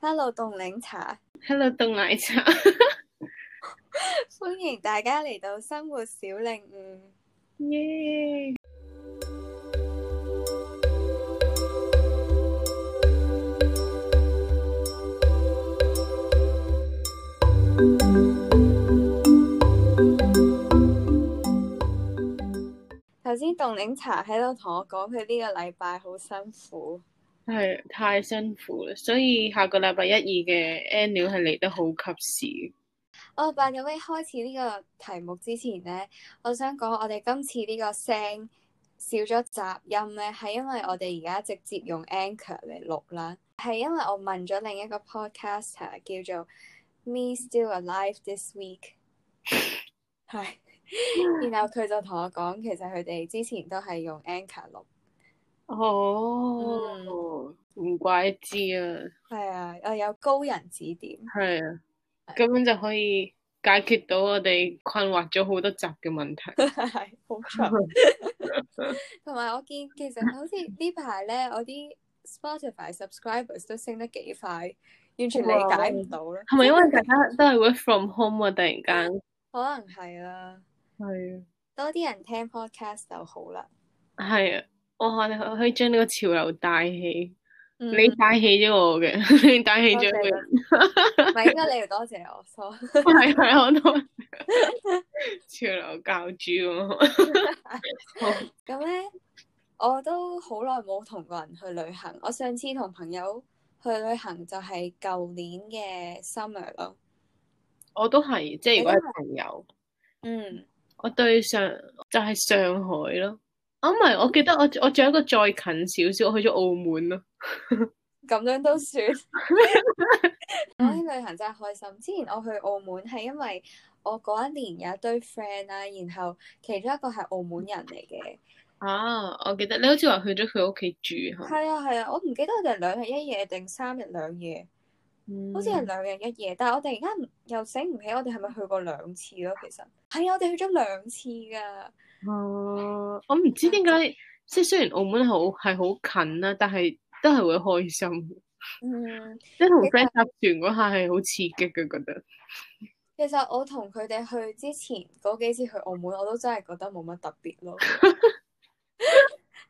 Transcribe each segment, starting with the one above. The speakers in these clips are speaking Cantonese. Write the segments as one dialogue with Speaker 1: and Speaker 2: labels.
Speaker 1: Hello 凍檸茶，
Speaker 2: Hello，凍奶茶，
Speaker 1: 歡迎大家嚟到生活小領悟。
Speaker 2: 耶！
Speaker 1: 頭先凍檸茶喺度同我講，佢呢個禮拜好辛苦。
Speaker 2: 係太辛苦啦，所以下個禮拜一二嘅 N 料係嚟得好及時。
Speaker 1: 我哦扮咗喺開始呢個題目之前呢，我想講我哋今次呢個聲少咗雜音呢，係因為我哋而家直接用 Anchor 嚟錄啦。係因為我問咗另一個 podcaster 叫做 Me Still Alive This Week，係，然後佢就同我講，其實佢哋之前都係用 Anchor 錄。
Speaker 2: 哦，唔怪之啊，
Speaker 1: 係啊，我有高人指點，
Speaker 2: 係啊，咁樣就可以解決到我哋困惑咗好多集嘅問題。
Speaker 1: 係好長。同埋我見其實好似呢排咧，我啲 Spotify subscribers 都升得幾快，完全理解唔到咯。
Speaker 2: 係咪因為大家都係 work from home 啊？突然間
Speaker 1: 可能係啦，
Speaker 2: 係
Speaker 1: 多啲人聽 podcast 就好啦。
Speaker 2: 啊，係啊，我可能可以將呢個潮流帶起，
Speaker 1: 嗯
Speaker 2: 你帶起咗我嘅， 你帶起
Speaker 1: 多
Speaker 2: 咗佢
Speaker 1: 謝。
Speaker 2: 啊
Speaker 1: 唔係應該你要多謝我，sorry。
Speaker 2: 係係，我都潮流教主咁。
Speaker 1: 咁咧，我都好耐冇同個人去旅行。我上次同朋友去旅行就係舊年嘅 summer 咯。
Speaker 2: 我都係，即係如果係朋友，
Speaker 1: 嗯，
Speaker 2: 我對上就係上海咯。啊，唔係，我記得我我仲有一個再近少少，我去咗澳門咯。
Speaker 1: 咁樣都算。講起旅行真係開心。之前我去澳門係因為我嗰一年有一堆 friend 啦，然後其中一個係澳門人嚟嘅。
Speaker 2: 啊，我記得你好似話去咗佢屋企住嚇。
Speaker 1: 係啊係啊，我唔記得我哋兩日一夜定三日兩夜，
Speaker 2: 嗯
Speaker 1: 好似係兩日一夜。但係我突然間唔又醒唔起，我哋係咪去過兩次咯？其實係啊，我哋去咗兩次㗎。
Speaker 2: 哦，我唔知點解，即係雖然澳門好係好近啦，但係都係會開心。
Speaker 1: 嗯，
Speaker 2: 即係同
Speaker 1: 其實
Speaker 2: friend 搭船嗰下係好刺激嘅，覺得。
Speaker 1: 其實我同佢哋去之前嗰幾次去澳門，我都真係覺得冇乜特別咯。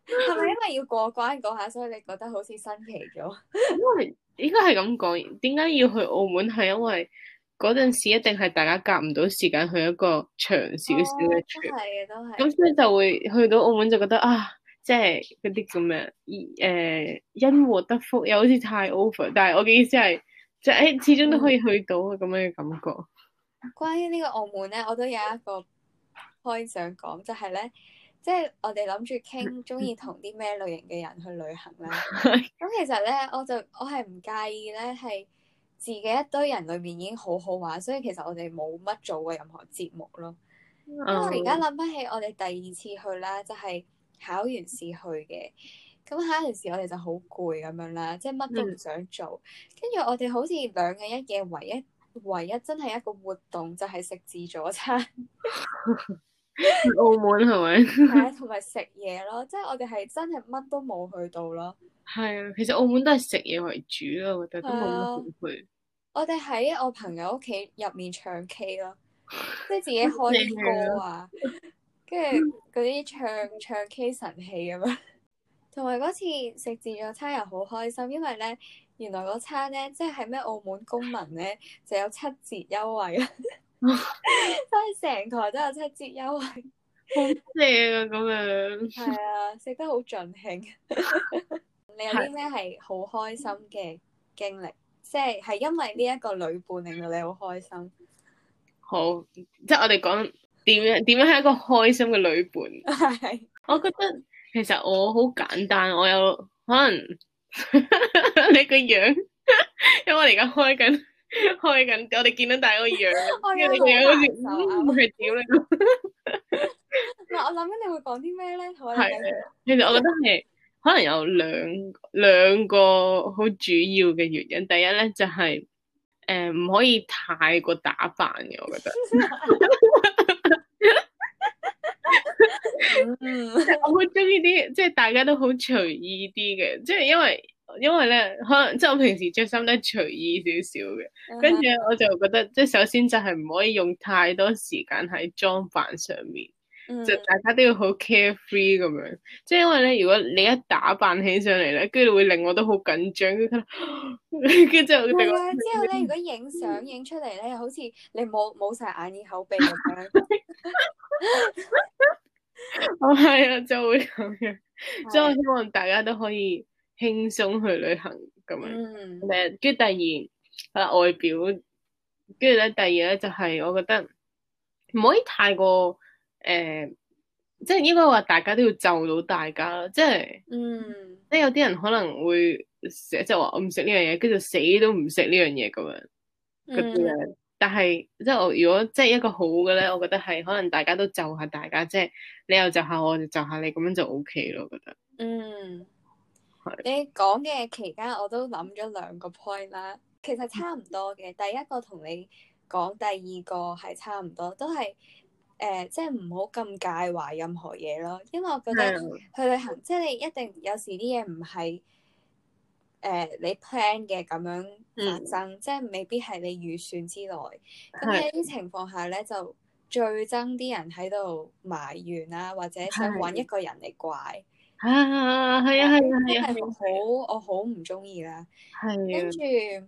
Speaker 1: 係咪因為要過關嗰下，所以你覺得好似新奇咗？
Speaker 2: 因為應該係咁講，點解要去澳門係因為嗰陣時一定係大家夾唔到時間去一個長少少
Speaker 1: 哦
Speaker 2: 嘅
Speaker 1: 都
Speaker 2: trip，
Speaker 1: 係嘅，都係。
Speaker 2: 咁所以就會去到澳門就覺得啊，即係嗰啲咁嘅誒因禍得福，又好似太 over，但係我嘅意思係就誒始終都可以去到啊咁樣嘅感覺。
Speaker 1: 關於呢個澳門咧，我都有一個 point 想講，就係咧，即係我哋諗住
Speaker 2: 嗯
Speaker 1: 傾中意同啲咩類型嘅人去旅行 啦。咁其實咧，我就我係唔介意咧，係自己一堆人裏面已經好好玩，所以其實我哋冇乜做過任何節目咯。因為我而家諗翻起我哋第二次去啦，就係、考完試去嘅。咁考完試我哋就好攰咁樣啦，即係乜都唔想做。跟住、我哋好似兩日一夜，唯一唯一真係一個活動就係食自助餐，
Speaker 2: 嗯去澳門係咪？
Speaker 1: 係啊同埋食嘢咯。即係我哋係真係乜都冇去到咯。
Speaker 2: 係啊，其實澳門都係食嘢為主咯，我覺得都冇乜
Speaker 1: 啊
Speaker 2: 好去。
Speaker 1: 我哋喺我朋友屋企入面唱 K 咯，即係自己開啲歌啊，跟住嗰啲唱唱 K 神器咁樣。同埋嗰次食自助餐又好開心，因為咧原來嗰餐咧即係咩澳門公民咧就有七折優惠 啦，所以成台都有七折優惠。
Speaker 2: 好正啊咁樣。
Speaker 1: 係啊，食得好盡興。你有啲咩係好開心嘅經歷？即係係因為呢一個旅伴令到你好開心。
Speaker 2: 好，即系我哋講點樣點樣係一個開心嘅旅伴。
Speaker 1: 啊係
Speaker 2: 我覺得其實我好簡單，我有可能 你個樣， 因為我哋而家開緊 開緊，我哋見到大家個樣，
Speaker 1: 我
Speaker 2: 因
Speaker 1: 有
Speaker 2: 為你
Speaker 1: 好
Speaker 2: 個樣好似嗯
Speaker 1: 難受啊！
Speaker 2: 唔係點咧？
Speaker 1: 嗱，我諗緊你會講啲咩咧？好啊，你
Speaker 2: 係
Speaker 1: 繼續
Speaker 2: 其實我覺得係可能有兩兩個好主要嘅原因。第一咧就係誒唔可以太過打扮嘅，我 覺得。
Speaker 1: 嗯，
Speaker 2: 我會中意啲，即係大家都好隨意啲嘅，即係因為因為咧，可能即係我平時着衫都係隨意少少嘅，跟住
Speaker 1: 嗯
Speaker 2: 咧我就覺得，即係首先就係唔可以用太多時間喺裝扮上面，
Speaker 1: 嗯
Speaker 2: 就大家都要好 carefree 咁樣。即係因為咧，如果你一打扮起上嚟咧，跟住會令我都好緊張，跟住覺得 跟住就
Speaker 1: 係
Speaker 2: 令我
Speaker 1: 啊，之後咧，如果影相影出嚟咧，好似你冇冇晒眼耳口鼻咁 樣，
Speaker 2: 我係啊，就會咁樣。所以我
Speaker 1: 係
Speaker 2: 希望大家都可以輕鬆去旅行咁樣。
Speaker 1: 嗯
Speaker 2: 咩？跟住第二啊外表，跟住咧第二咧就係、我覺得唔可以太過誒、呃即係應該話大家都要就到大家啦，即係
Speaker 1: 嗯
Speaker 2: 即係有啲人可能會即係話我唔食呢樣嘢，跟住死都唔食呢樣嘢咁樣嗰啲
Speaker 1: 嗯
Speaker 2: 啊咧。但係即係我如果即係一個好嘅咧，我覺得係可能大家都就下大家，即係你又就下我，我就就下你，咁樣就 O K 咯。我覺得
Speaker 1: 嗯
Speaker 2: 係，
Speaker 1: 你講嘅期間我都諗咗兩個 point 啦，其實差唔多嘅。第一個同你講，第二個係差唔多，都係誒，即係唔好咁介懷任何嘢咯，因為我覺得。
Speaker 2: 係
Speaker 1: 去旅行，即係你一定有時啲嘢唔係誒你 plan 嘅咁
Speaker 2: 嗯
Speaker 1: 樣發生，即係未必係你預算之內。咁
Speaker 2: 係
Speaker 1: 喺呢啲情況下咧，就最憎啲人喺度埋怨啦，或者想
Speaker 2: 係
Speaker 1: 揾一個人嚟怪，
Speaker 2: 啊，係啊，係啊，
Speaker 1: 真
Speaker 2: 係啊，
Speaker 1: 係好我好唔中意啦。
Speaker 2: 係
Speaker 1: 跟
Speaker 2: 啊，
Speaker 1: 住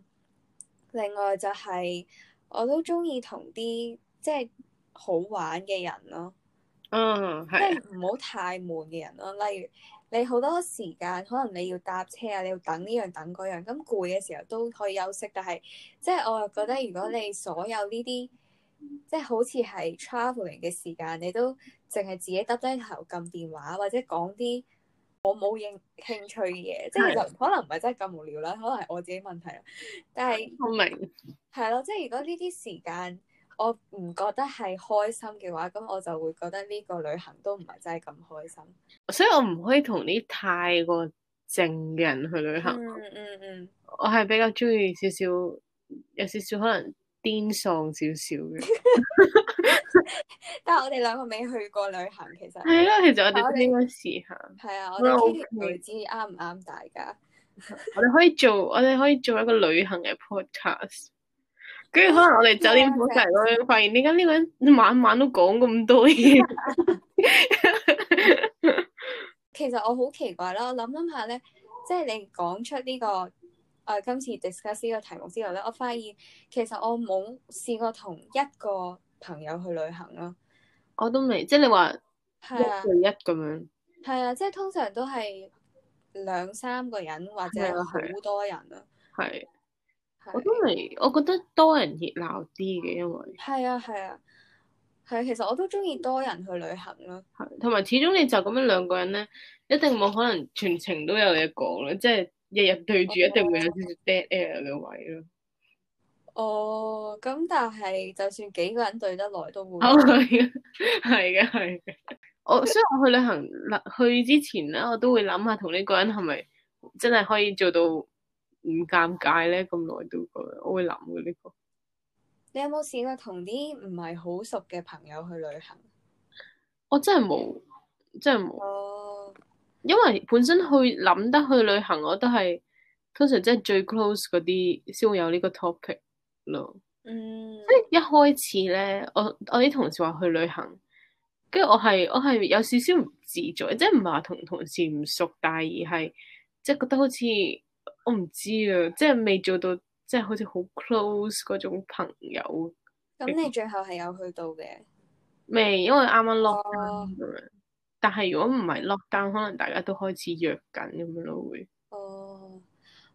Speaker 1: 另外就係、我都中意同啲即係好玩嘅人咯。
Speaker 2: 嗯，
Speaker 1: 即
Speaker 2: 係啊。
Speaker 1: 係唔好太悶嘅人咯。例如你好多時間，可能你要搭車啊，你要等呢樣等嗰樣，咁攰嘅時候都可以休息。但係即係我又覺得，如果你所有呢啲即係好似係 traveling 嘅時間，你都淨係自己耷低頭撳電話，或者講啲我冇興興趣嘅嘢，即係就可能唔係真係咁無聊啦，可能係我自己問題啦。但係
Speaker 2: 我明，
Speaker 1: 係咯，即係如果呢啲時間我唔覺得係開心嘅話，咁我就會覺得呢個旅行都唔係真係咁開心。
Speaker 2: 所以我唔可以同啲太過靜嘅人去旅行。
Speaker 1: 嗯嗯嗯，
Speaker 2: 我係比較中意少少，有少少可能癲喪少少嘅。
Speaker 1: 但係我哋兩個未去過旅行，其實
Speaker 2: 係咯，其實我
Speaker 1: 我
Speaker 2: 哋
Speaker 1: 哋
Speaker 2: 都應該試下。
Speaker 1: 啊係啊，我
Speaker 2: 好啦
Speaker 1: 哋
Speaker 2: ，OK
Speaker 1: 呢條女知啱唔啱大家。
Speaker 2: 我哋可以做，我哋可以做一個旅行嘅 podcast。跟住可能我哋酒店
Speaker 1: 好
Speaker 2: 鋪
Speaker 1: 啊
Speaker 2: 嚟嗰陣，發現點解呢個人晚晚都講咁多嘢？
Speaker 1: 其實我好奇怪啦，我諗諗下咧，即係你講出呢、個誒、呃今次 discuss 呢個題目之後咧，我發現其實我冇試過同一個朋友去旅行咯。
Speaker 2: 我都未，即係你話一
Speaker 1: 係啊。
Speaker 2: 對一咁樣。
Speaker 1: 係啊，即係通常都係兩三個人或者
Speaker 2: 係啊
Speaker 1: 好
Speaker 2: 係
Speaker 1: 多人啊，
Speaker 2: 係，我都
Speaker 1: 係
Speaker 2: 未，我覺得多人熱鬧啲嘅，因為。
Speaker 1: 係啊係啊，係其實我都中意多人去旅行咯，
Speaker 2: 係同埋始終你就咁樣兩個人咧，一定冇可能全程都有嘢講啦，即係日日對住，一定會有少少 dead air 嘅位咯。
Speaker 1: 哦，咁但係就算幾個人對得耐都會，
Speaker 2: 係嘅，係嘅，係嘅。我所以我去旅行去之前咧，我都會諗下同呢個人係咪真係可以做到唔尷尬咧？咁耐都覺得我會諗嘅呢個。
Speaker 1: 你有冇試過同啲唔係好熟嘅朋友去旅行？
Speaker 2: 我真係冇，真係冇，
Speaker 1: 哦，
Speaker 2: 因為本身去諗得去旅行，我都係通常即係最 close 嗰啲先會有呢個 topic 咯。
Speaker 1: 嗯，
Speaker 2: 一開始咧，我我啲同事話去旅行，跟住我係我係有少少唔自在，即係唔係話同同事唔熟，但係而係即係覺得好似我唔知啊，即係未做到即係好似好 close 嗰種朋友
Speaker 1: 咁你最後係有去到嘅，
Speaker 2: 未，因為啱啱 lock
Speaker 1: 哦
Speaker 2: 咁樣。但係如果唔係 lock down，可能大家都開始約緊咁樣咯，會
Speaker 1: 哦，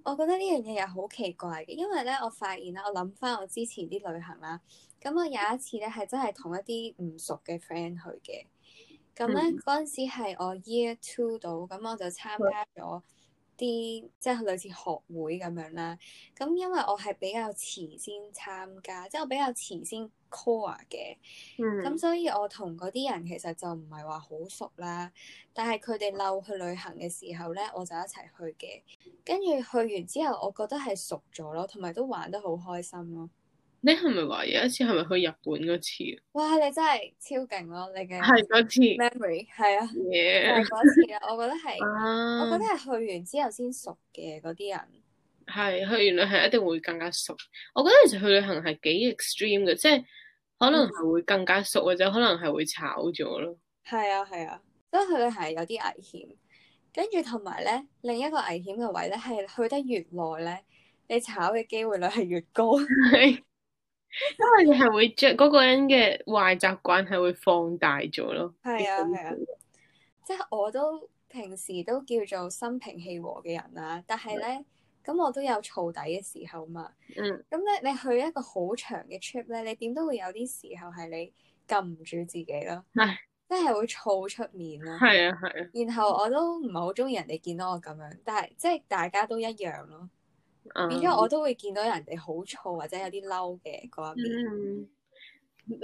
Speaker 1: 我覺得呢樣嘢又好奇怪嘅，因為咧，我發現啦，我諗翻我之前啲旅行啦，咁我有一次咧係真係同一啲唔熟嘅 friend 去嘅，咁咧
Speaker 2: 嗯
Speaker 1: 嗰陣時係我 year two 到，咁我就參加咗啲即係類似學會咁樣啦，咁因為我係比較遲先參加，即係我比較遲先 core 嘅，咁
Speaker 2: 嗯
Speaker 1: 所以我同嗰啲人其實就唔係話好熟啦，但係佢
Speaker 2: 嗯
Speaker 1: 哋溜去旅行嘅時候咧，我就一齊去嘅。跟住去完之後，我覺得係熟咗咯，同埋都玩得好開心咯。
Speaker 2: 你係咪話有一次係咪去日本嗰次？啊
Speaker 1: 哇！你真係超勁咯，你嘅
Speaker 2: 係嗰次
Speaker 1: memory 係 啊，就係
Speaker 2: 嘢
Speaker 1: 嗰次啦。啊我覺得係，我覺
Speaker 2: 啊
Speaker 1: 得，係去完之後先熟嘅嗰啲人。
Speaker 2: 係去完旅行一定會更加熟。我覺得其實去旅行係幾 extreme 嘅，即係可
Speaker 1: 嗯
Speaker 2: 能係會更加熟，或者可能係會炒咗咯。
Speaker 1: 係啊，係啊，所以去旅行係有啲危險。跟住同埋咧，另一個危險嘅位咧，係去得越耐咧，你炒嘅機會率係越高。
Speaker 2: 係，因為你係會將嗰個人嘅壞習慣係會放大咗咯。
Speaker 1: 係啊，係啊，即係我都平時都叫做心平氣和嘅人啦，但係咧，咁我都有燥底嘅時候嘛。
Speaker 2: 嗯，
Speaker 1: 咁咧，你去一個好長嘅 trip 咧，你點都會有啲時候係你撳唔住自己咯，
Speaker 2: 係
Speaker 1: 即係會燥出面 咯。
Speaker 2: 係啊，係啊，
Speaker 1: 然後我都唔係好中意人哋見到我咁樣，但係即係大家都一樣咯，
Speaker 2: 啊
Speaker 1: 變咗我都會見到人哋好燥或者有啲嬲嘅嗰一面。
Speaker 2: 嗯，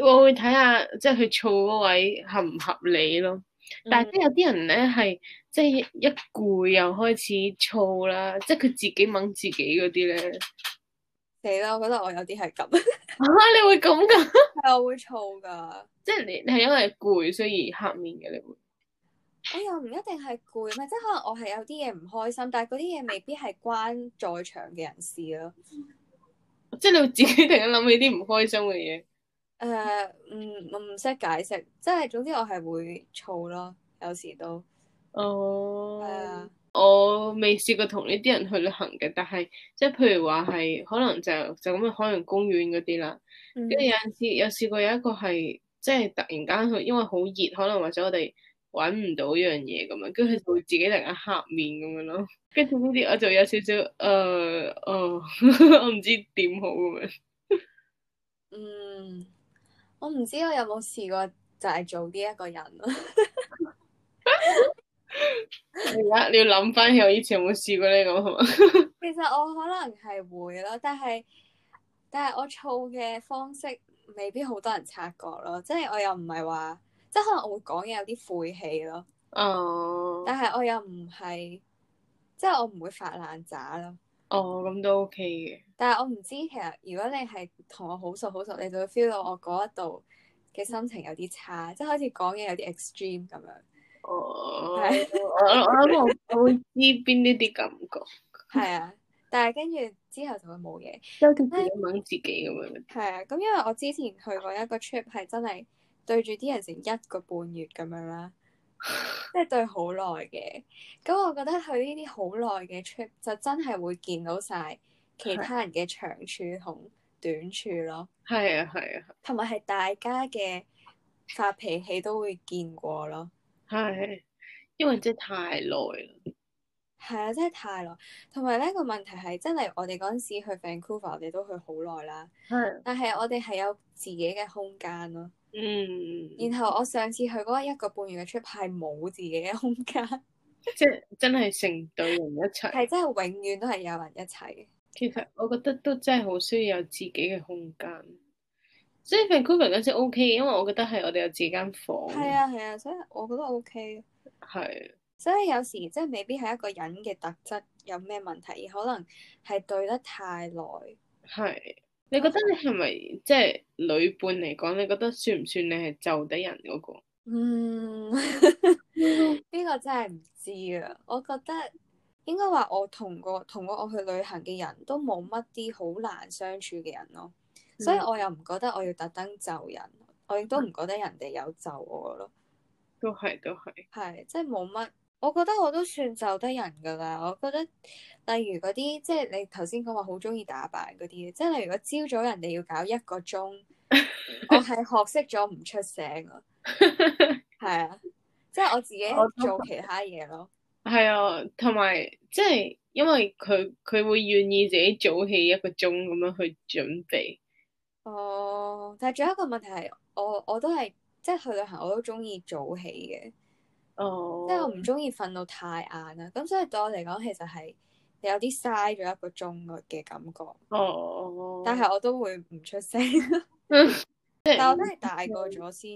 Speaker 2: 我會睇下即係佢燥嗰位合唔合理咯。
Speaker 1: 嗯
Speaker 2: 嗯但係即係有啲人咧係即係一攰又開始燥啦，即係佢自己掹自己嗰啲咧，
Speaker 1: 死啦！我覺得我有啲係咁，
Speaker 2: 啊你會咁噶？
Speaker 1: 係我會燥㗎。
Speaker 2: 即係你你係因為攰所以黑面嘅你會，
Speaker 1: 我又哎唔一定係攰咩，即係可能我係有啲嘢唔開心，但係嗰啲嘢未必係關在場嘅人事咯。
Speaker 2: 即係你會自己突然間諗起啲唔開心嘅嘢。
Speaker 1: 誒、嗯，我唔識解釋，即係總之我係會燥咯，有時都
Speaker 2: 哦，
Speaker 1: 係啊，
Speaker 2: 我未試過同呢啲人去旅行嘅，但係即係譬如話係可能就就咁去海洋公園嗰啲啦。
Speaker 1: 嗯
Speaker 2: 跟住有陣時有試過有一個係即係突然間佢因為好熱，可能或者我哋揾唔到一樣嘢咁樣，跟住佢就會自己突然間黑面咁樣咯。跟住呢啲我就有少少誒誒，呃 我唔知點好咁樣。
Speaker 1: 嗯，我唔知我有冇試過就係做呢一個人咯。
Speaker 2: 而家你要諗翻起我以前有冇試過咧咁係嘛？
Speaker 1: 其實我可能係會咯，但係但係我燥嘅方式未必好多人察覺咯，即係我又唔係話，即係可能我會講嘢有啲晦氣咯，
Speaker 2: 哦
Speaker 1: 但係我又唔係，即係我唔會發爛渣咯。
Speaker 2: 哦，咁都 OK 嘅。
Speaker 1: 但係我唔知其實如果你係同我好熟好熟，你就會 feel 到我嗰一度嘅心情有啲差，即係開始講嘢有啲 extreme 咁樣。
Speaker 2: 哦，我我
Speaker 1: 係
Speaker 2: 諗我我會知邊呢啲感覺，
Speaker 1: 係啊，但係跟住之後就會冇嘢。
Speaker 2: 即係佢自己掹自己咁樣。
Speaker 1: 係啊，咁因為我之前去過一個 trip 係真係對住啲人成一個半月咁樣啦，即係對好耐嘅。咁我覺得去呢啲好耐嘅 trip 就真係會見到晒其他人嘅長處同短處咯，
Speaker 2: 係啊係啊
Speaker 1: 同埋係大家嘅發脾氣都會見過咯。
Speaker 2: 係，啊因為真係太耐啦。
Speaker 1: 係啊，真係太耐。同埋呢個問題係真係我哋嗰陣時去 Vancouver，我哋都去好耐啦，
Speaker 2: 係。
Speaker 1: 但係我哋係有自己嘅空間咯。
Speaker 2: 嗯，
Speaker 1: 然後我上次去嗰個一個半月嘅 trip 係冇自己嘅空間，
Speaker 2: 即係真係成隊人一齊。
Speaker 1: 係真係永遠都係有人一齊。
Speaker 2: 其實我覺得都真係好需要有自己嘅空間。所以 Vancouver 嗰陣時 OK 嘅，因為我覺得係我哋有自己間房。
Speaker 1: 係啊係啊，所以我覺得 OK。
Speaker 2: 係。
Speaker 1: 所以有時即係未必係一個人嘅特質有咩問題，而可能係對得太耐。
Speaker 2: 係。你覺得你係咪即係旅伴嚟講？你覺得算唔算你係就得人嗰個？
Speaker 1: 嗯，呢個真係唔知啊。我覺得應該話我同個同過我去旅行嘅人都冇乜啲好難相處嘅人咯，所以
Speaker 2: 嗯
Speaker 1: 我又唔覺得我要特登就人，我亦都唔覺得人哋有就我咯。
Speaker 2: 都係都係。
Speaker 1: 係，即係冇乜。我覺得我都算就得人㗎啦。我覺得，例如嗰啲即係你頭先講話好中意打扮嗰啲，即係例如果朝早人哋要搞一個 鐘，我係學識咗唔出聲咯。係啊，即係我自己
Speaker 2: 我都
Speaker 1: 做其他嘢咯。
Speaker 2: 係啊，同埋即係因為佢佢會願意自己早起一個鐘咁樣去準備。
Speaker 1: 哦，但係仲有一個問題係，我我都係即係去旅行我都中意早起嘅，
Speaker 2: 哦
Speaker 1: 即係我唔中意瞓到太晏啦。咁所以對我嚟講，其實係有啲嘥咗一個鐘嘅感覺。
Speaker 2: 哦，嗯
Speaker 1: 但係我都會唔出聲，
Speaker 2: 即係啊
Speaker 1: 但我都係大個咗先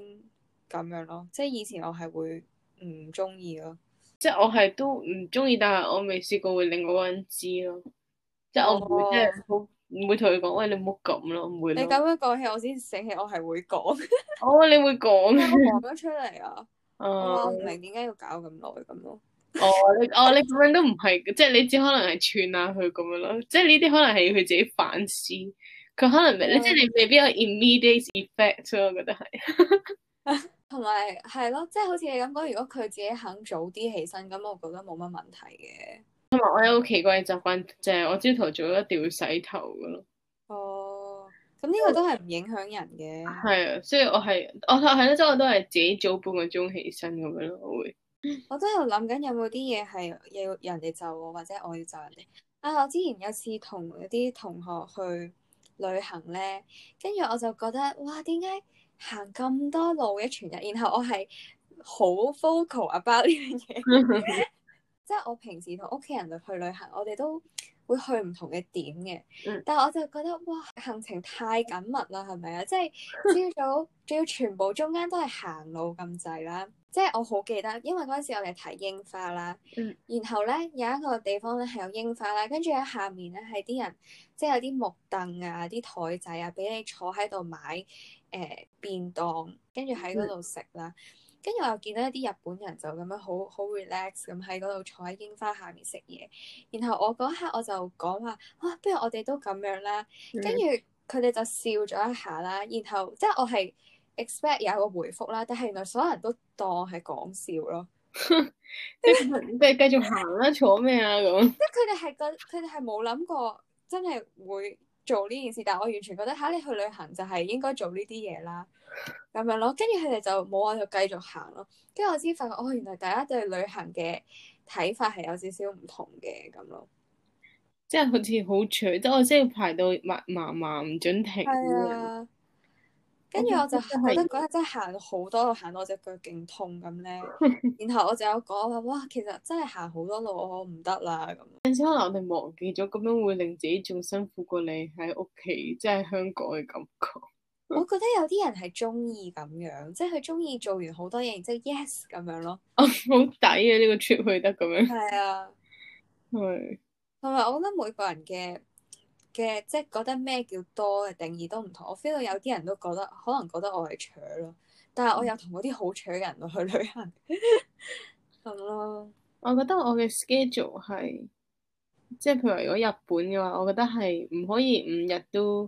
Speaker 1: 咁樣咯。即係以前我係會唔中意咯，
Speaker 2: 即係我係都唔中意，但係我未試過會令嗰個人知咯。即係我唔
Speaker 1: 哦
Speaker 2: 會即係好唔會同佢講，喂你唔好咁咯，唔會
Speaker 1: 你
Speaker 2: 咯。
Speaker 1: 咁樣講起，我先醒起我係會講，
Speaker 2: 哦，你會
Speaker 1: 我
Speaker 2: 講
Speaker 1: 講咗出嚟啊！
Speaker 2: 啊？
Speaker 1: 我話我唔
Speaker 2: 哦，
Speaker 1: 明點解要搞咁耐咁咯。
Speaker 2: 你哦你咁樣都唔係，即係你只可能係串下佢咁樣咯。即係呢啲可能係要佢自己反思，佢可能未
Speaker 1: 嗯
Speaker 2: 你即係你未必有 immediate effect 咯，我覺得係。
Speaker 1: 同埋係咯，即係好似你咁講，如果佢自己肯早啲起身，咁我覺得冇乜問題嘅。
Speaker 2: 同埋我有個奇怪嘅習慣，就係我朝頭早一定要洗頭噶咯。
Speaker 1: 哦，咁呢個都係唔影響人嘅。
Speaker 2: 係啊，所以我係我係咯，即係我都係自己早半個鐘起身咁樣咯，我會。
Speaker 1: 我都喺度諗緊有冇啲嘢係要人哋就我，或者我要就人哋。啊，我之前有次同有啲同學去旅行咧，跟住我就覺得哇，點解行咁多路嘅全日？然後我係好 focal about 呢樣嘢。即係我平時同屋企人去旅行，我哋都會去唔同嘅點嘅。
Speaker 2: 嗯
Speaker 1: 但係我就覺得哇，行程太緊密啦，係咪啊？即係朝早，仲要全部中間都係行路咁滯啦。即係我好記得，因為嗰陣時我哋睇櫻花啦，
Speaker 2: 嗯
Speaker 1: 然後咧有一個地方咧係有櫻花啦，跟住喺下面咧係啲人即係有啲木凳啊、啲台仔啊，俾你坐喺度買誒、呃、便當，跟住喺
Speaker 2: 嗯
Speaker 1: 嗰度食啦。跟住我又見到一啲日本人就咁樣好好 relax 咁喺嗰度坐喺櫻花下面食嘢，然後我嗰刻我就講話，啊，不如我哋都咁樣啦。跟住佢哋就笑咗一下啦，然後即係我係 expect 有個回覆啦，但係原來所有人都當係講笑咯，
Speaker 2: 即係繼繼續行啦，坐咩啊咁？
Speaker 1: 即係佢哋係覺，佢哋係冇諗過真係會做呢件事，但係我完全覺得吓、你去旅行就係應該做呢啲嘢啦，咁樣咯。跟住佢哋就冇我就繼續行咯。跟住我先發覺，哦，原來大家對旅行嘅睇法係有少少唔同嘅咁咯。
Speaker 2: 即係好似好長，即係我即係排到麻麻麻唔准停咁
Speaker 1: 係
Speaker 2: 樣。
Speaker 1: 啊，跟住我就覺
Speaker 2: 真係
Speaker 1: 得嗰日真係行咗好多路，行到我隻腳勁痛咁咧。然後我就有講話，哇，其實真係行好多路，我唔得啦咁。
Speaker 2: 有陣時可能我哋忘記咗，咁樣會令自己仲辛苦過你喺屋企，即係香港嘅感覺。
Speaker 1: 我覺得有啲人係中意咁樣，即係佢中意做完好多嘢，然之後 yes 咁樣咯。
Speaker 2: 好抵啊！呢個 trip 去得咁樣，
Speaker 1: 係啊，
Speaker 2: 係
Speaker 1: 同埋我覺得每個人嘅嘅即係覺得咩叫多嘅定義都唔同。我 feel 到有啲人都覺得可能覺得我係扯咯，但係我又同嗰啲好扯嘅人去旅行咁咯。
Speaker 2: 我覺得我嘅 schedule 係，即係譬如如果日本嘅話，我覺得係唔可以五日都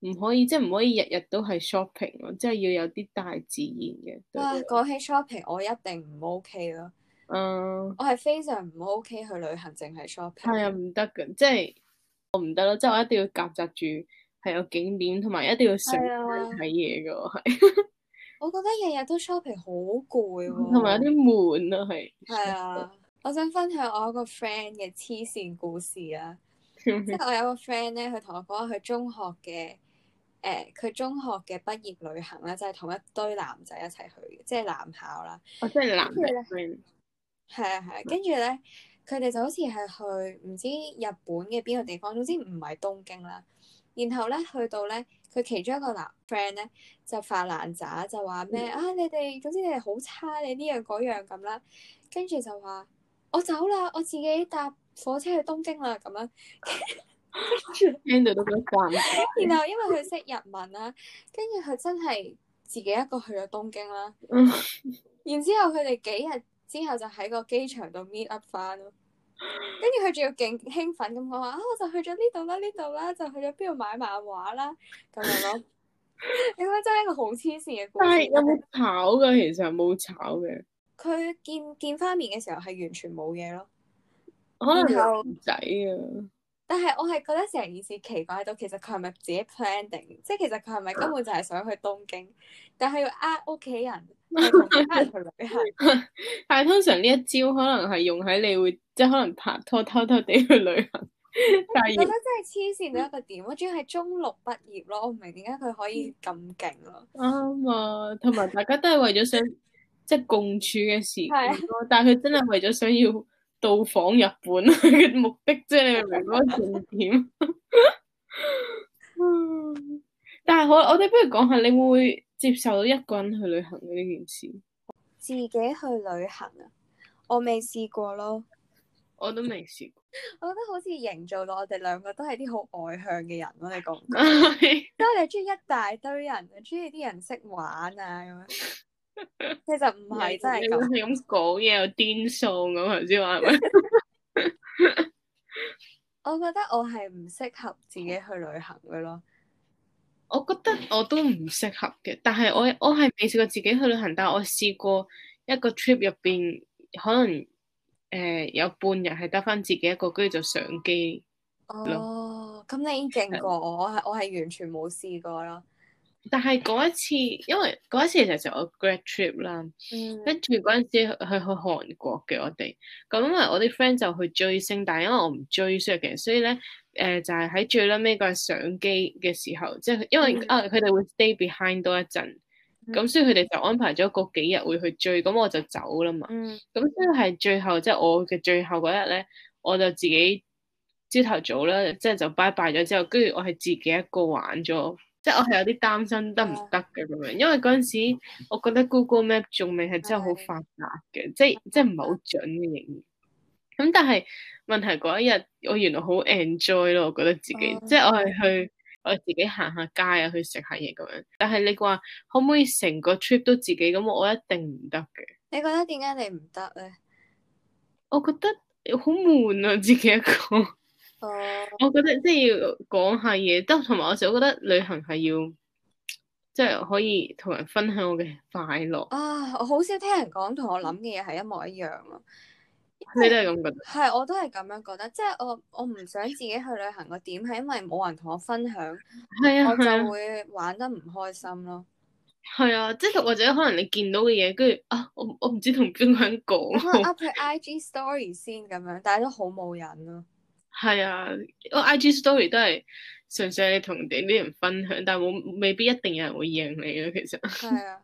Speaker 2: 唔可以，即係唔可以日日都係 shopping 咯，即係要有啲大自然嘅。對
Speaker 1: 哇，講起 shopping，我一定唔 OK 咯，
Speaker 2: 嗯，
Speaker 1: 我係非常唔 OK 去旅行，淨係 shopping。
Speaker 2: 係啊，唔得嘅，即係我唔得咯，即係我一定要夾雜住係有景點，同埋一定要上
Speaker 1: 係啊
Speaker 2: 網睇嘢嘅喎，係
Speaker 1: 我覺得日日都 shopping 好攰喎，
Speaker 2: 同埋有啲悶咯，係。
Speaker 1: 係啊。我想分享我一個 friend 嘅黐線故事啊，即係我有個 friend 咧，佢同我講佢中學嘅誒，佢、中學嘅畢業旅行咧，就係、同一堆男仔一齊去嘅，即係男校啦。
Speaker 2: 我真係男仔
Speaker 1: 跟住咧
Speaker 2: friend，
Speaker 1: 係啊係啊，跟住咧，佢哋就好似係去唔知日本嘅邊個地方，總之唔係東京啦。然後咧去到咧，佢其中一個男 friend 咧就發爛渣，就話咩啊你哋總之你哋好差，你呢樣嗰樣咁啦。跟住就話我走啦，我自己搭火車去東京啦咁樣。
Speaker 2: 聽到都覺得尷尬。
Speaker 1: 然後因為佢識日文啦，跟住佢真係自己一個去咗東京啦。
Speaker 2: 嗯
Speaker 1: 然之後佢哋幾日之後就喺個機場度 meet up 翻咯。跟住佢仲要勁興奮咁講話啊，我就去咗呢度啦，呢度啦，就去咗邊度買漫畫啦，咁樣咯。你覺得真係一個好黐線嘅故
Speaker 2: 但係有
Speaker 1: 事。
Speaker 2: 冇炒㗎？其實冇炒嘅，
Speaker 1: 佢見見翻面嘅時候係完全冇嘢咯，
Speaker 2: 可能
Speaker 1: 然後
Speaker 2: 男仔啊。
Speaker 1: 但係我係覺得成件事奇怪到，其實佢係咪自己 planning？即係其實佢係咪根本就係想去東京，但係要呃屋企人，係同其他人去旅行。
Speaker 2: 但係通常呢一招可能係用喺你會，即係可能拍拖偷偷地去旅行， 但
Speaker 1: 我覺
Speaker 2: 係
Speaker 1: 得真係黐線到一個點，我主要係中六畢業咯，我唔明點解佢可以咁勁咯。
Speaker 2: 啱啊，同埋大家都係為咗 想即係共處嘅時間咯，但係佢真係為咗想要到訪日本佢嘅目的啫，你明唔明嗰個重點？嗯但係我我哋不如講下，你會唔會接受到一個人去旅行嘅呢件事？
Speaker 1: 自己去旅行啊，我未試過咯。
Speaker 2: 我都未試過。
Speaker 1: 我覺得好似營造到我哋兩個都係啲好外向嘅人咯，你覺唔覺？
Speaker 2: 係
Speaker 1: 即係我哋中意一大堆人啊，中意啲人識玩啊咁樣。其實唔係真係咁，
Speaker 2: 你咁講嘢又癲喪咁頭先話係咪？
Speaker 1: 我覺得我係唔適合自
Speaker 2: 哦
Speaker 1: 己去旅行嘅咯。
Speaker 2: 我覺得我都唔適合嘅，但係我我係未試過自己去旅行，但係我試過一個 trip 入邊，可能誒、呃有半日係得翻自己一個，跟住就上機。
Speaker 1: 哦，咁你已經勁過我，我係我係完全冇試過咯。
Speaker 2: 但係嗰一次，因為嗰一次其實就我 grad trip 啦，
Speaker 1: 嗯，
Speaker 2: 跟住嗰陣時去去去韓國嘅我哋，咁因為我啲 friend 就去追星，但係因為我唔追星嘅，所以咧誒、呃就係、喺最撚尾個相機嘅時候，即係因為、
Speaker 1: 嗯
Speaker 2: 啊佢哋會 stay behind 多一陣，咁所以佢哋就安排咗嗰幾日會去追，咁我就走啦嘛，
Speaker 1: 嗯，
Speaker 2: 咁所以係最後即係、我嘅最後嗰日咧，我就自己朝頭早啦，即係就拜拜咗之後，跟住我係自己一個玩咗。即係我係有啲擔心得唔得嘅咁樣，因為嗰陣時我覺得 Google Map 仲未係真係好
Speaker 1: 係
Speaker 2: 發達嘅，即係即係唔係好準嘅影。咁但係問題嗰一日，我原來好 enjoy 咯，我覺得自己，
Speaker 1: 哦
Speaker 2: 即係我係去我自己行下街啊，去食下嘢咁樣。但係你話可唔可以成個 trip 都自己咁，我一定唔得嘅。
Speaker 1: 你覺得點解你唔得咧？
Speaker 2: 我覺得好悶啊，自 己一個。
Speaker 1: 哦，
Speaker 2: 我覺得即係要講下嘢，得同埋我成日覺得旅行係要即係可以同人分享我嘅快樂，
Speaker 1: 啊，我好少聽人講同我
Speaker 2: 嗯
Speaker 1: 諗嘅嘢係一模一樣咯。
Speaker 2: 你都係咁覺得。
Speaker 1: 係，我都係咁樣覺得，即係我我唔想自己去旅行個點係因為冇人同我分享，
Speaker 2: 係啊，
Speaker 1: 我
Speaker 2: 係
Speaker 1: 就
Speaker 2: 啊，
Speaker 1: 會玩得唔開心咯。
Speaker 2: 係啊，即係或者可能你見到嘅嘢，跟住啊，我我唔知同邊個人
Speaker 1: 咁
Speaker 2: 講好。
Speaker 1: 啊 up 佢 IG story 先咁樣，但係都好冇癮咯。
Speaker 2: 係啊，我 IG story 都係純粹你同啲啲人分享，但係冇未必一定有人會應你嘅。其實
Speaker 1: 係啊，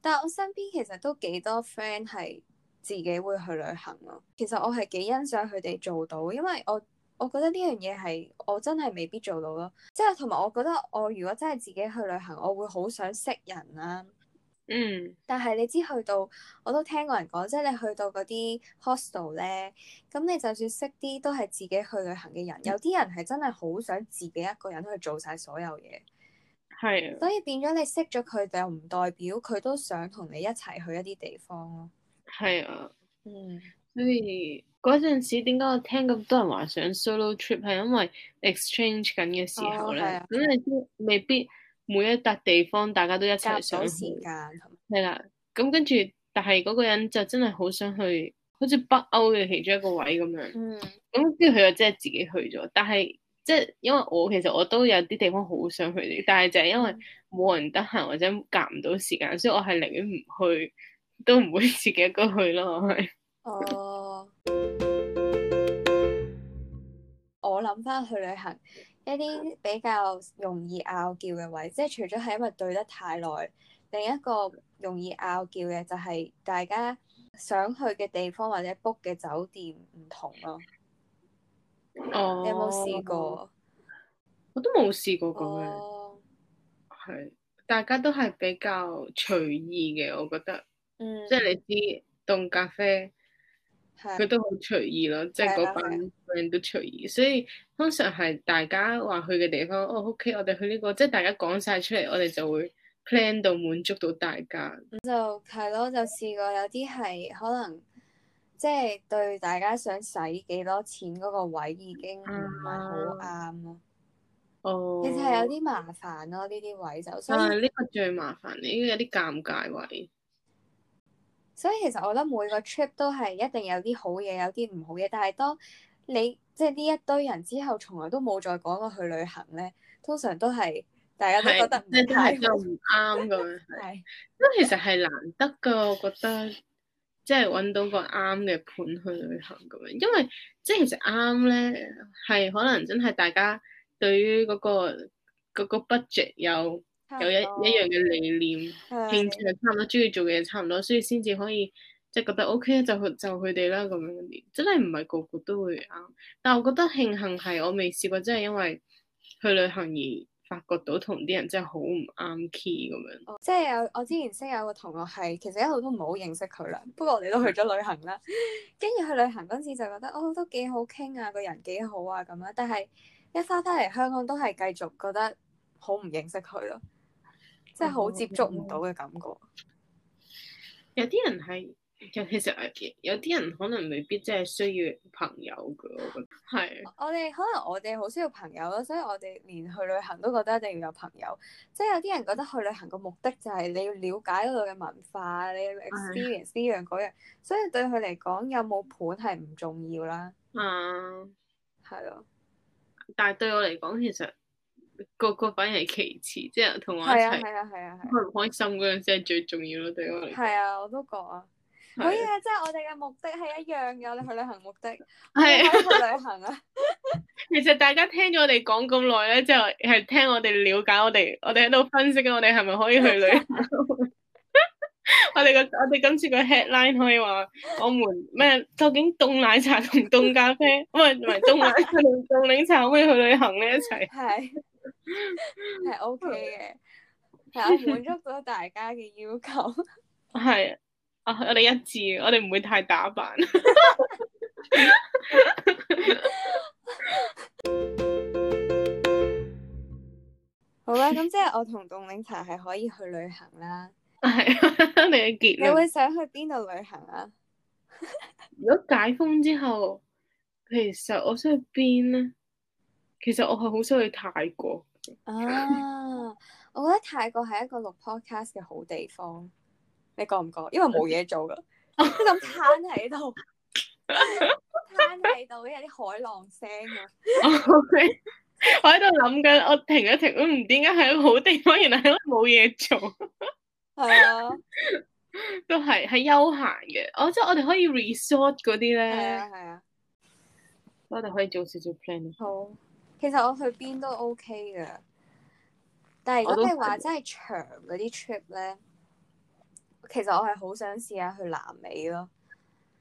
Speaker 1: 但係我身邊其實都幾多 friend 係自己會去旅行咯。其實我係幾欣賞佢哋做到，因為我我覺得呢樣嘢係我真係未必做到咯。即係同埋我覺得我如果真係自己去旅行，我會好想識人啦、
Speaker 2: 嗯
Speaker 1: 但係你知去到，我都聽過人講，即係你去到嗰啲 hostel 咧，咁你就算識啲都係自己去旅行嘅人，有啲人係真係好想自己一個人去做晒所有嘢，
Speaker 2: 係啊。
Speaker 1: 所以變咗你識咗佢，就唔代表佢都想同你一齊去一啲地方咯。
Speaker 2: 係啊。
Speaker 1: 嗯，
Speaker 2: 所以嗰陣時點解我聽咁多人話想 solo trip 係因為 exchange 緊嘅時候
Speaker 1: 哦係
Speaker 2: 咧
Speaker 1: 啊，
Speaker 2: 咁、你都未必每一笪地方大家都一齊
Speaker 1: 夾到
Speaker 2: 想
Speaker 1: 時
Speaker 2: 去，
Speaker 1: 間同
Speaker 2: 係啦。咁跟住，但係嗰個人就真係好想去，好似北歐嘅其中一個位咁樣。
Speaker 1: 嗯
Speaker 2: 咁跟住佢又真係自己去咗，但係即係因為我其實我都有啲地方好想去嘅，但係就係因
Speaker 1: 嗯
Speaker 2: 為冇人得閒或者夾唔到時間，所以我係寧願唔去，都唔會自己一個去咯。我係
Speaker 1: 哦，我諗翻去旅行一啲比較容易拗撬嘅位，即係除咗係因為對得太耐，另一個容易拗撬嘅就係大家想去嘅地方或者 book 嘅酒店唔同咯。
Speaker 2: 哦，
Speaker 1: 你有冇試過？
Speaker 2: 我都冇試過咁樣，
Speaker 1: 哦，
Speaker 2: 係、大家都係比較隨意嘅，我覺得，
Speaker 1: 嗯，
Speaker 2: 即係你知凍咖啡佢
Speaker 1: 係啊
Speaker 2: 都好隨意咯，即係
Speaker 1: 係啊
Speaker 2: 嗰班 friend 都隨意，所以通常係大家話去嘅地方，哦，OK，我哋去呢個，即係大家講晒出嚟，我哋就會 plan 到滿足到大家，
Speaker 1: 就係咯，就試過有啲係可能即係對大家想使幾多錢嗰個位已經唔係好啱咯。
Speaker 2: 啊哦，
Speaker 1: 其實係有啲麻煩咯，呢啲位就所
Speaker 2: 但
Speaker 1: 以
Speaker 2: 係呢個最麻煩，呢個有啲尷尬位，
Speaker 1: 所以其實我覺得每個 trip 都係一定有啲好嘢，有啲唔好嘢。但係當你即係呢一堆人之後，從來都冇再講過去旅行咧，通常都係大家都覺得唔
Speaker 2: 即係都
Speaker 1: 太
Speaker 2: 係
Speaker 1: 好
Speaker 2: 都。唔啱咁樣。
Speaker 1: 係
Speaker 2: 都其實係難得噶，我覺得即係揾到個啱嘅伴去旅行咁樣，因為即係其實啱咧係可能真係大家對於嗰、個嗰個 budget 有
Speaker 1: 差唔多
Speaker 2: 有一一樣嘅理念，興趣
Speaker 1: 係
Speaker 2: 又差唔多，中意做嘅嘢差唔多，所以先至可以即係覺得 OK 啊就去就佢哋啦咁樣嗰啲，真係唔係個個都會啱。但係我覺得慶幸係我未試過真係因為去旅行而發覺到同啲人真係好唔啱 key 咁樣。
Speaker 1: 哦即係有我之前識有個同學係，其實一路都唔好認識佢啦。不過我哋都去咗旅行啦，跟住去旅行嗰陣時就覺得哦都幾好傾啊，個人幾好啊咁樣。但係一翻返嚟香港都係繼續覺得好唔認識佢咯，即係好接觸唔到嘅感覺。
Speaker 2: 有啲人係，尤其是有啲人可能未必真係需要朋友嘅，我覺得係。
Speaker 1: 我哋可能我哋好需要朋友咯，所以我哋連去旅行都覺得一定要有朋友。即係有啲人覺得去旅行個目的就係你要了解嗰度嘅文化，你要 experience 呢樣嗰樣，所以對佢嚟講有冇伴係唔重要啦，
Speaker 2: 啊，
Speaker 1: 係咯，
Speaker 2: 但係對我嚟講，其實個個反而係其次，即係同我一
Speaker 1: 係啊，
Speaker 2: 齊
Speaker 1: 係啊，係啊，係啊
Speaker 2: 開唔開心嗰樣先係最重要咯。對我嚟講，
Speaker 1: 係啊，我都覺啊，好
Speaker 2: 係
Speaker 1: 嘢！即係我哋嘅目的係一樣嘅，我哋去旅行目的
Speaker 2: 係
Speaker 1: 我哋可以去旅行 啊，
Speaker 2: 其實大家聽咗我哋講咁耐咧，就係聽我哋了解我哋，我哋喺度分析緊我哋係咪可以去旅行。 我哋個我哋今次個 headline 可以話，我們咩究竟凍奶茶同凍咖啡，唔係唔係凍奶茶同凍檸茶可唔可以去旅行咧一齊？
Speaker 1: 係係 OK 嘅，係啊，滿足到大家嘅要求。
Speaker 2: 係啊，我哋一致，我哋唔會太打扮。
Speaker 1: 好啦，咁即係我同凍檸茶係可以去旅行啦。
Speaker 2: 係 我哋嘅結
Speaker 1: 你
Speaker 2: 論。
Speaker 1: 會想去邊度旅行啊？
Speaker 2: 如果解封之後，其實我想去邊咧？其實我係好想去泰國。
Speaker 1: 啊，我覺得泰國係一個錄 podcast 嘅好地方，你覺唔覺？因為冇嘢 做噶，即係咁攤喺度，攤喺度，有啲海浪聲啊。
Speaker 2: 我喺度諗緊，我停一停，嗯，點解係一個好地方？原來係因為冇嘢做，
Speaker 1: 係啊，
Speaker 2: 都係係休閒嘅。哦，即係我哋可以 resort 嗰啲
Speaker 1: 係
Speaker 2: 咧，
Speaker 1: 啊，係啊，
Speaker 2: 我哋可以做少少 plan。
Speaker 1: 好。其實我去邊都 OK 噶，但係
Speaker 2: 我
Speaker 1: 如
Speaker 2: 都
Speaker 1: 果你
Speaker 2: 係
Speaker 1: 話真係長嗰啲 trip 咧，其實我係好想試下去南美咯。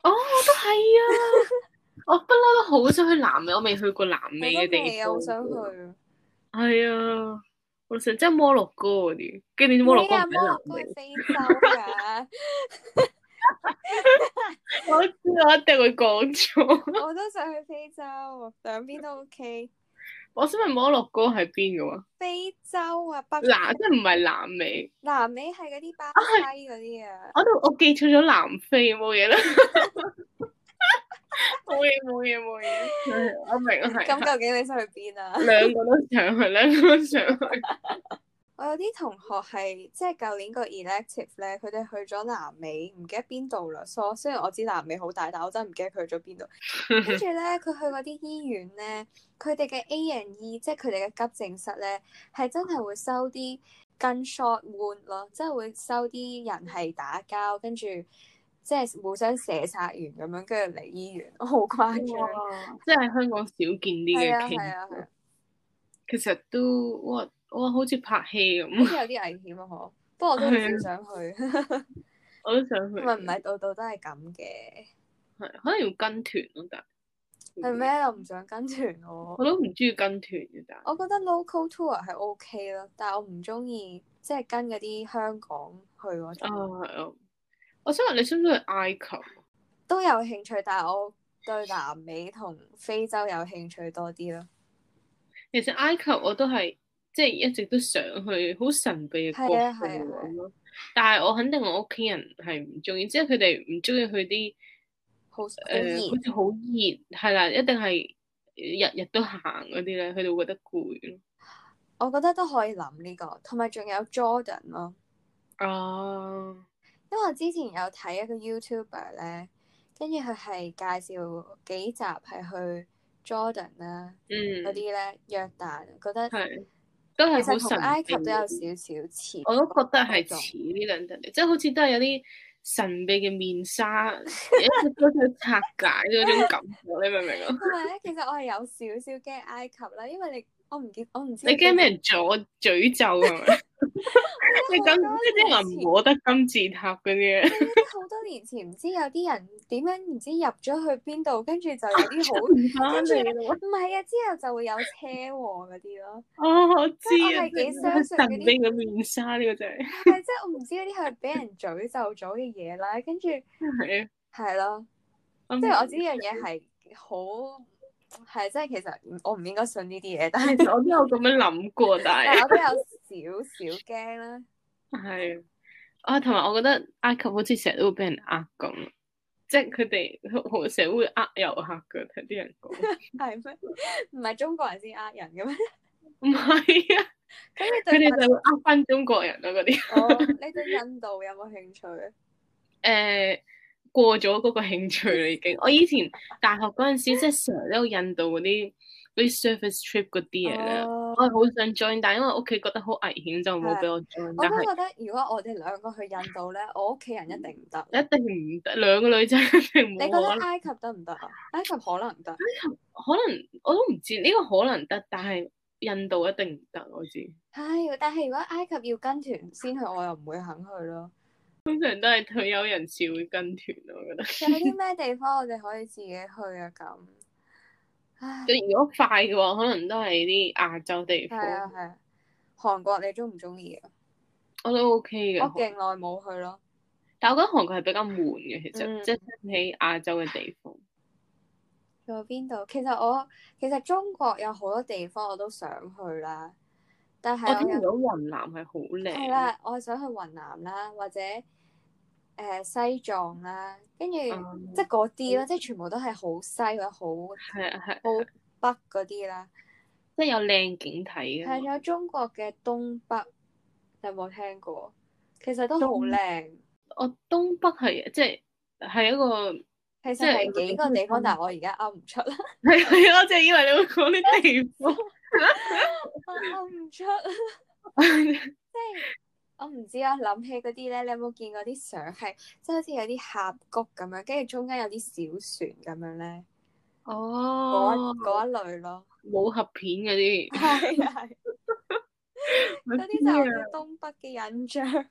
Speaker 2: 哦，我都係 啊！我不嬲都好想去南美，我未去過南美嘅地
Speaker 1: 我
Speaker 2: 方。
Speaker 1: 都未啊好想去。
Speaker 2: 係啊，我想即係摩洛哥嗰啲，跟住摩洛哥
Speaker 1: 咩
Speaker 2: 唔
Speaker 1: 啊
Speaker 2: 喺
Speaker 1: 摩洛
Speaker 2: 南
Speaker 1: 哥
Speaker 2: 美
Speaker 1: 係。非洲㗎，
Speaker 2: 我知啊我一定會講錯。
Speaker 1: 我都想去非洲，兩邊 都 OK。
Speaker 2: 我想問摩洛哥係邊嘅話？
Speaker 1: 非洲啊，北
Speaker 2: 南即係唔係南美？
Speaker 1: 南美係嗰啲巴西嗰啲啊，
Speaker 2: 我哦都我記錯咗南非冇嘢啦， 冇嘢冇嘢冇嘢，係我明我 係
Speaker 1: 咁究竟你想去邊啊？
Speaker 2: 兩個都上去，兩個都上去，
Speaker 1: 我有啲同學係即係舊年個 elective 咧，佢哋去咗南美，唔記得邊度啦。所雖然我知南美好大，但我真係唔記得佢去咗邊度。跟住咧，佢去嗰啲醫院咧，佢哋嘅 A and E，即係佢哋嘅急症室咧，係真係會收啲 gunshot wound 咯，即係會收啲人係打交，跟住即係互相射殺完咁樣，跟住嚟醫院，好誇張。
Speaker 2: 即係香港少見啲
Speaker 1: 係
Speaker 2: 嘅
Speaker 1: 啊係啊係
Speaker 2: 傾
Speaker 1: 啊，，
Speaker 2: 其實都哇哇好似拍戲
Speaker 1: 好
Speaker 2: 咁，
Speaker 1: 似有啲危險啊！嗬，不過我都唔少想去，
Speaker 2: 我都想去，
Speaker 1: 咪唔 係度度都係咁嘅。
Speaker 2: 係可能要跟團咯，但嗯
Speaker 1: 係咩？？我唔想跟團喎。
Speaker 2: 我都唔中意跟團嘅，但
Speaker 1: 我覺得 local tour 係 OK 咯，但係我唔中意即係跟嗰啲香港去嗰種。
Speaker 2: 啊係啊，我想問你想唔想去埃及？啊
Speaker 1: 都有興趣，但係我對南美同非洲有興趣多啲咯。
Speaker 2: 其實埃及我都係即係一直都想去，好神秘嘅國
Speaker 1: 係啊
Speaker 2: 度
Speaker 1: 係啊係啊
Speaker 2: 咁咯。但係我肯定我屋企人係唔中意，即係佢哋唔中意去啲
Speaker 1: 好好
Speaker 2: 誒、
Speaker 1: 熱，
Speaker 2: 好似好熱係啦，一定係日日都行嗰啲咧，佢哋會覺得攰咯。
Speaker 1: 我覺得都可以諗呢、個，同埋仲有 Jordan 咯。哦
Speaker 2: 啊，
Speaker 1: 因為我之前有睇一個 YouTuber 咧，跟住佢係介紹幾集係去 Jordan 啦嗰啲
Speaker 2: 嗯，
Speaker 1: 咧約旦，啊覺得其
Speaker 2: 係都係好
Speaker 1: 實同
Speaker 2: 神
Speaker 1: 埃及
Speaker 2: 秘
Speaker 1: 都有少
Speaker 2: 嘅。
Speaker 1: 少似。
Speaker 2: 我都覺得係
Speaker 1: 種
Speaker 2: 似呢兩笪地，即係好似都係有啲神秘嘅 面紗，一直都想拆解嗰種感覺，你明唔明啊？
Speaker 1: 同埋咧，其實我係有少少驚埃及啦，因為你我唔見我唔知
Speaker 2: 你驚俾人阻詛咒係咪？啊你咁即係話唔摸得金字塔嗰啲啊嘢，
Speaker 1: 好多年前唔知有啲人點樣唔知入咗去邊度，跟住就有啲好
Speaker 2: 唔 翻嚟咯。
Speaker 1: 唔係啊，之後就會有車禍嗰啲咯。
Speaker 2: 哦，我知
Speaker 1: 即係
Speaker 2: 啊，
Speaker 1: 我係幾
Speaker 2: 即係
Speaker 1: 相信嗰啲
Speaker 2: 神秘嘅面紗呢個真係
Speaker 1: 但係即係我唔知嗰啲係俾人詛咒咗嘅嘢啦，跟住
Speaker 2: 係
Speaker 1: 係咯，
Speaker 2: 啊，
Speaker 1: 即係我知呢樣嘢係好係，即係其實我唔應該信呢啲嘢，但係
Speaker 2: 我都有咁樣諗過，但
Speaker 1: 但
Speaker 2: 係
Speaker 1: 係我都有少少驚啦。
Speaker 2: 係啊，同埋我覺得埃及好似成日都會俾人呃咁，即係佢哋好成日會呃遊客㗎，睇啲 人講。
Speaker 1: 係咩？唔係中國人先呃人嘅咩？
Speaker 2: 唔係啊，
Speaker 1: 咁你
Speaker 2: 佢
Speaker 1: 對
Speaker 2: 哋
Speaker 1: 印
Speaker 2: 就會呃翻中國人咯嗰啲。
Speaker 1: 哦，你對印度有冇興趣？
Speaker 2: 誒呃過咗嗰個興趣啦，已經。我 以前大學嗰陣時，即係成日都有印度嗰啲嗰啲 service trip 嗰啲嘢咧，
Speaker 1: 哦
Speaker 2: 我係好想 join，但係因為屋企覺得好危險，就冇俾我 join。
Speaker 1: 我
Speaker 2: 但
Speaker 1: 都覺
Speaker 2: 係
Speaker 1: 得，如果我哋兩個去印度咧，我屋企人一定唔得。
Speaker 2: 一定唔得，兩個女仔一定
Speaker 1: 你
Speaker 2: 嗯冇
Speaker 1: 覺
Speaker 2: 可能
Speaker 1: 得。埃及得唔得啊？埃及可能得，
Speaker 2: 可能我都唔知呢個可能得，但係印度一定唔得，我知。
Speaker 1: 唉，但係如果埃及要跟團先去，我又唔會肯去咯。
Speaker 2: 通常都係退休人士會跟團咯，我覺得。
Speaker 1: 有啲咩地方我哋可以自己去啊？咁，唉，
Speaker 2: 即係如果快嘅話，可能都係啲亞洲地
Speaker 1: 係啊
Speaker 2: 方，
Speaker 1: 係啊，韓國你中唔中意啊？
Speaker 2: 我都 OK 嘅。
Speaker 1: 我勁耐冇去咯。
Speaker 2: 但我覺得韓國係比較悶嘅，其實、
Speaker 1: 嗯
Speaker 2: 即係相比亞洲嘅地方。
Speaker 1: 去到邊度？其實我其實中國有好多地方我都想去啦，但係
Speaker 2: 我聽
Speaker 1: 我又
Speaker 2: 到雲南係好
Speaker 1: 係
Speaker 2: 靚，
Speaker 1: 啦，我想去雲南啦，或者誒、呃西藏啦，跟住、
Speaker 2: 嗯
Speaker 1: 即係嗰啲啦，即係全部都係好西或者好
Speaker 2: 係啊係，
Speaker 1: 好北嗰啲啦。
Speaker 2: 即係有靚景睇
Speaker 1: 係啊
Speaker 2: 嘅。
Speaker 1: 仲有中國嘅東北，你有冇聽過？其實都好
Speaker 2: 東
Speaker 1: 靚，
Speaker 2: 我東北係即係係一個
Speaker 1: 其
Speaker 2: 即
Speaker 1: 實
Speaker 2: 係
Speaker 1: 係幾個地方，但係我而家噏唔出 啦，
Speaker 2: 係係啊！我就以為你會講啲地方。
Speaker 1: 我噏唔出。 我唔知啊，諗起嗰啲咧，你有冇見過啲相係即係好似有啲峽谷咁樣，跟住中間有啲小船咁樣咧，嗰
Speaker 2: 哦
Speaker 1: 一，嗰一類 咯。
Speaker 2: 武俠片嗰啲。
Speaker 1: 係啊，係嗰
Speaker 2: 嗰
Speaker 1: 啲就係我對東北嘅印象。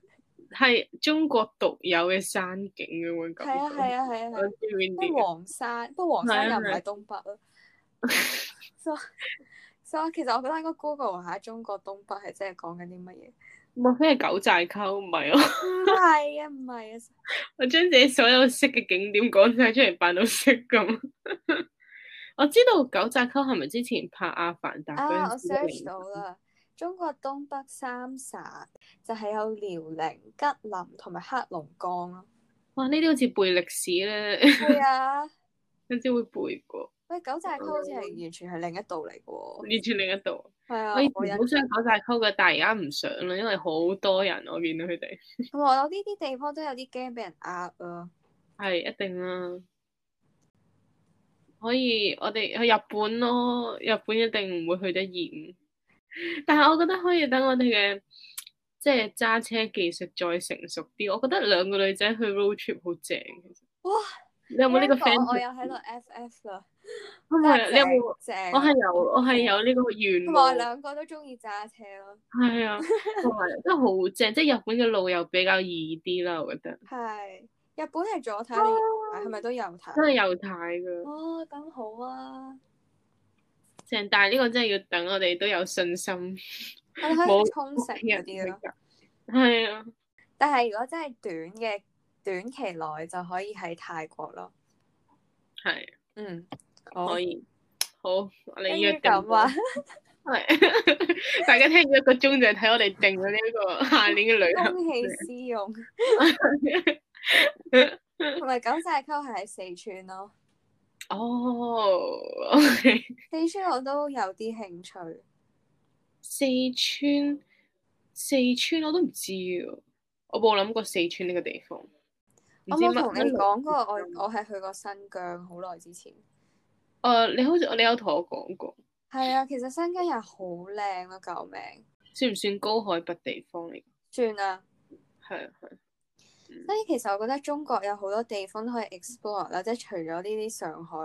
Speaker 2: 係中國獨有嘅山景咁樣感
Speaker 1: 係啊，
Speaker 2: 覺。
Speaker 1: 係啊，係啊，
Speaker 2: 我
Speaker 1: 係啊。
Speaker 2: 知邊
Speaker 1: 不
Speaker 2: 啲
Speaker 1: 過黃山，不過黃山又唔係東北咯。所以所以其實我覺得應該 Google 下中國東北係真係講緊啲乜嘢。
Speaker 2: 莫非係九寨溝？唔係啊咯，
Speaker 1: 唔係啊，唔係啊。
Speaker 2: 我將自己所有識嘅景點講晒出嚟，扮到識咁。 我知道九寨溝係咪之前拍《阿凡達》
Speaker 1: 啊！我
Speaker 2: 嗰陣時嘅
Speaker 1: search
Speaker 2: 靈
Speaker 1: 到啦，中國東北三省就係有遼寧、吉林同埋黑龍江咯。
Speaker 2: 哇！呢啲好似背歷史咧，
Speaker 1: 係啊，
Speaker 2: 有時會背過，
Speaker 1: 喂，九寨溝好似係完全係另一度嚟嘅 喎。
Speaker 2: 完全另一度。
Speaker 1: 係啊，
Speaker 2: 我以
Speaker 1: 我有
Speaker 2: 前好想去九寨溝嘅，但係而家唔想啦，因為好多人，我見到佢哋
Speaker 1: 同埋我呢啲地方都有啲驚俾人呃啊。
Speaker 2: 係一定啦。可以，我哋去日本咯，日本一定唔會去得厭。 但係我覺得可以等我哋嘅即係揸車技術再成熟啲。我覺得兩個女仔去 road trip 好正。
Speaker 1: 哇！
Speaker 2: 你有冇呢個
Speaker 1: 聽講
Speaker 2: friend？
Speaker 1: 我又喺度 FF 啦，
Speaker 2: 係啊你有冇？
Speaker 1: 正啊？
Speaker 2: 我係有，我係有呢個願
Speaker 1: 同埋我
Speaker 2: 望。
Speaker 1: 兩個都中意揸車咯，
Speaker 2: 係啊，同埋真係好正，即係日本嘅路又比較易啲啦，我覺得。
Speaker 1: 係日本係左軚定右軚？係咪都右
Speaker 2: 啊真
Speaker 1: 軚？
Speaker 2: 係有太㗎，
Speaker 1: 哦，咁好啊！
Speaker 2: 正！但係呢個真係要等我哋都有信心。
Speaker 1: 我哋可以
Speaker 2: 冇
Speaker 1: 去沖繩嗰啲咯。
Speaker 2: 係啊，
Speaker 1: 但係如果真係短嘅短期內就可以喺泰國咯。
Speaker 2: 係
Speaker 1: 嗯，好
Speaker 2: 可，以。好，我哋
Speaker 1: 跟
Speaker 2: 約
Speaker 1: 住
Speaker 2: 定
Speaker 1: 咁啊，
Speaker 2: 係， 大家聽咗一個鐘就係睇我哋定咗呢 一個下年嘅旅行。
Speaker 1: 公器私用， 同埋九寨溝係喺四川咯。
Speaker 2: 哦，OK，
Speaker 1: 四川我都有啲興趣，
Speaker 2: 四川，四川我都唔知喎，我冇諗過四川呢個地方。唔
Speaker 1: 我
Speaker 2: 知
Speaker 1: 冇
Speaker 2: 乜
Speaker 1: 同你
Speaker 2: 乜路
Speaker 1: 講過，我我係去過新疆好耐之前。
Speaker 2: 誒，你好似你有同我講過，
Speaker 1: 係啊，其實新疆又好靚咯，救命！
Speaker 2: 算唔算高海拔地方嚟？
Speaker 1: 算啦，
Speaker 2: 係啊係啊，
Speaker 1: 所以其實我覺得中國有好多地方都可以 explore 啦，即係除咗呢啲上海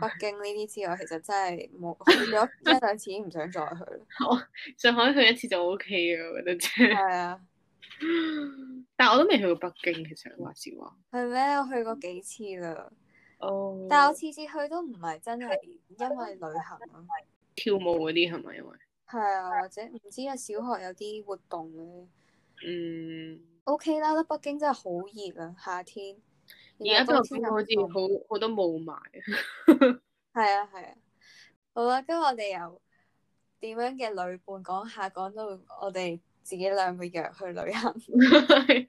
Speaker 1: 北京呢啲之外，其實真係冇去咗一兩次已經唔想再去啦。
Speaker 2: 上海去一次就 O K 嘅，我覺得啫。
Speaker 1: 係啊，
Speaker 2: 但我都未去過北京，其實話時話。
Speaker 1: 係咩？我去過幾次啦，
Speaker 2: 哦
Speaker 1: 但係我次次去都唔係真係因為旅行啊，
Speaker 2: 跳舞嗰啲係咪因為？
Speaker 1: 係啊，或者唔知啊，小學有啲活動咧。
Speaker 2: 嗯，
Speaker 1: O K 啦，北京真係好熱啊，夏天。
Speaker 2: 而家都
Speaker 1: 然後
Speaker 2: 有
Speaker 1: 冬天
Speaker 2: 邊個好
Speaker 1: 又凍
Speaker 2: 似好好多霧霾。
Speaker 1: 係啊，係啊，好啦，今日我哋由點樣嘅旅伴講下，講到我哋自己兩個約去旅行，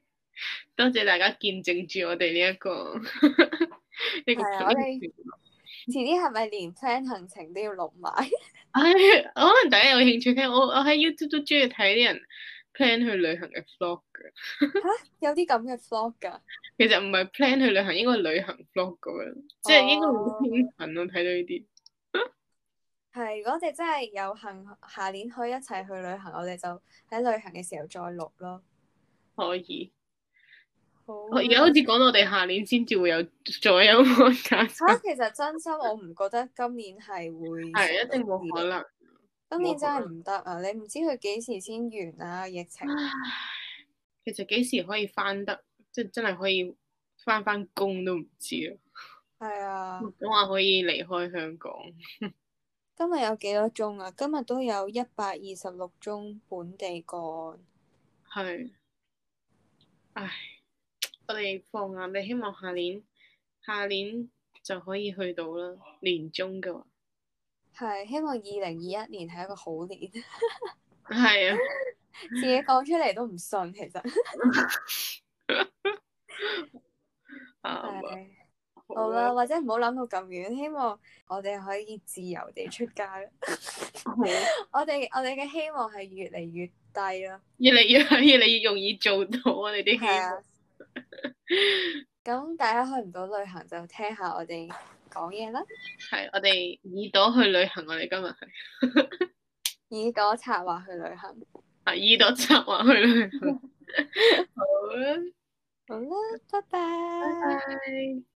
Speaker 2: 多謝大家見證住我哋呢一個 呢個
Speaker 1: 係啊我哋
Speaker 2: 片段
Speaker 1: 遲啲係咪連 plan 行程都要錄埋？
Speaker 2: 唉，可能大家有興趣聽，我我喺 YouTube 都中意睇啲人 plan 去旅行嘅 vlog 嘅。
Speaker 1: 有啲咁嘅 vlog 㗎，
Speaker 2: 其實唔係 plan 去旅行，應該係旅行 vlog 咁樣，即係應該好興奮咯。睇到呢啲，
Speaker 1: 係如果我哋真係有幸下年可以一齊去旅行，我哋就喺旅行嘅時候再錄咯。
Speaker 2: 可以。
Speaker 1: 好啊
Speaker 2: 我而家好似講到我哋下年先至會有再有 podcast，
Speaker 1: 嚇，啊其實真心我唔覺得今年係會
Speaker 2: 係一定冇可能。
Speaker 1: 今年真係唔得啊！你唔知佢幾時先完啊疫情。
Speaker 2: 其實幾時可以翻得，即係真係可以翻翻工都唔知啊。
Speaker 1: 係啊，
Speaker 2: 咁話可以離開香港，
Speaker 1: 今日有幾多宗啊？今日都有一百二十六宗本地個案。
Speaker 2: 係，唉，我哋放眼你希望下年，下年就可以去到啦。年中嘅話，
Speaker 1: 係希望二零二一年係一個好年，
Speaker 2: 係啊，
Speaker 1: 自己講出嚟都唔信，其實
Speaker 2: 啱啊
Speaker 1: 係好啦，，或者唔好諗到咁遠，希望我哋可以自由地出街啦。
Speaker 2: 好啊
Speaker 1: 我哋我哋嘅希望係越嚟越低啦。
Speaker 2: 越嚟越越嚟越容易做到我哋啲希
Speaker 1: 係
Speaker 2: 望
Speaker 1: 啊，咁大家去唔到旅行就聽下我哋講嘢啦，
Speaker 2: 係我哋耳朵去旅行，我哋今日係
Speaker 1: 以嗰策劃去旅行。
Speaker 2: 啊耳朵策劃去旅行，好啊，
Speaker 1: 好啦，拜拜。
Speaker 2: 拜拜。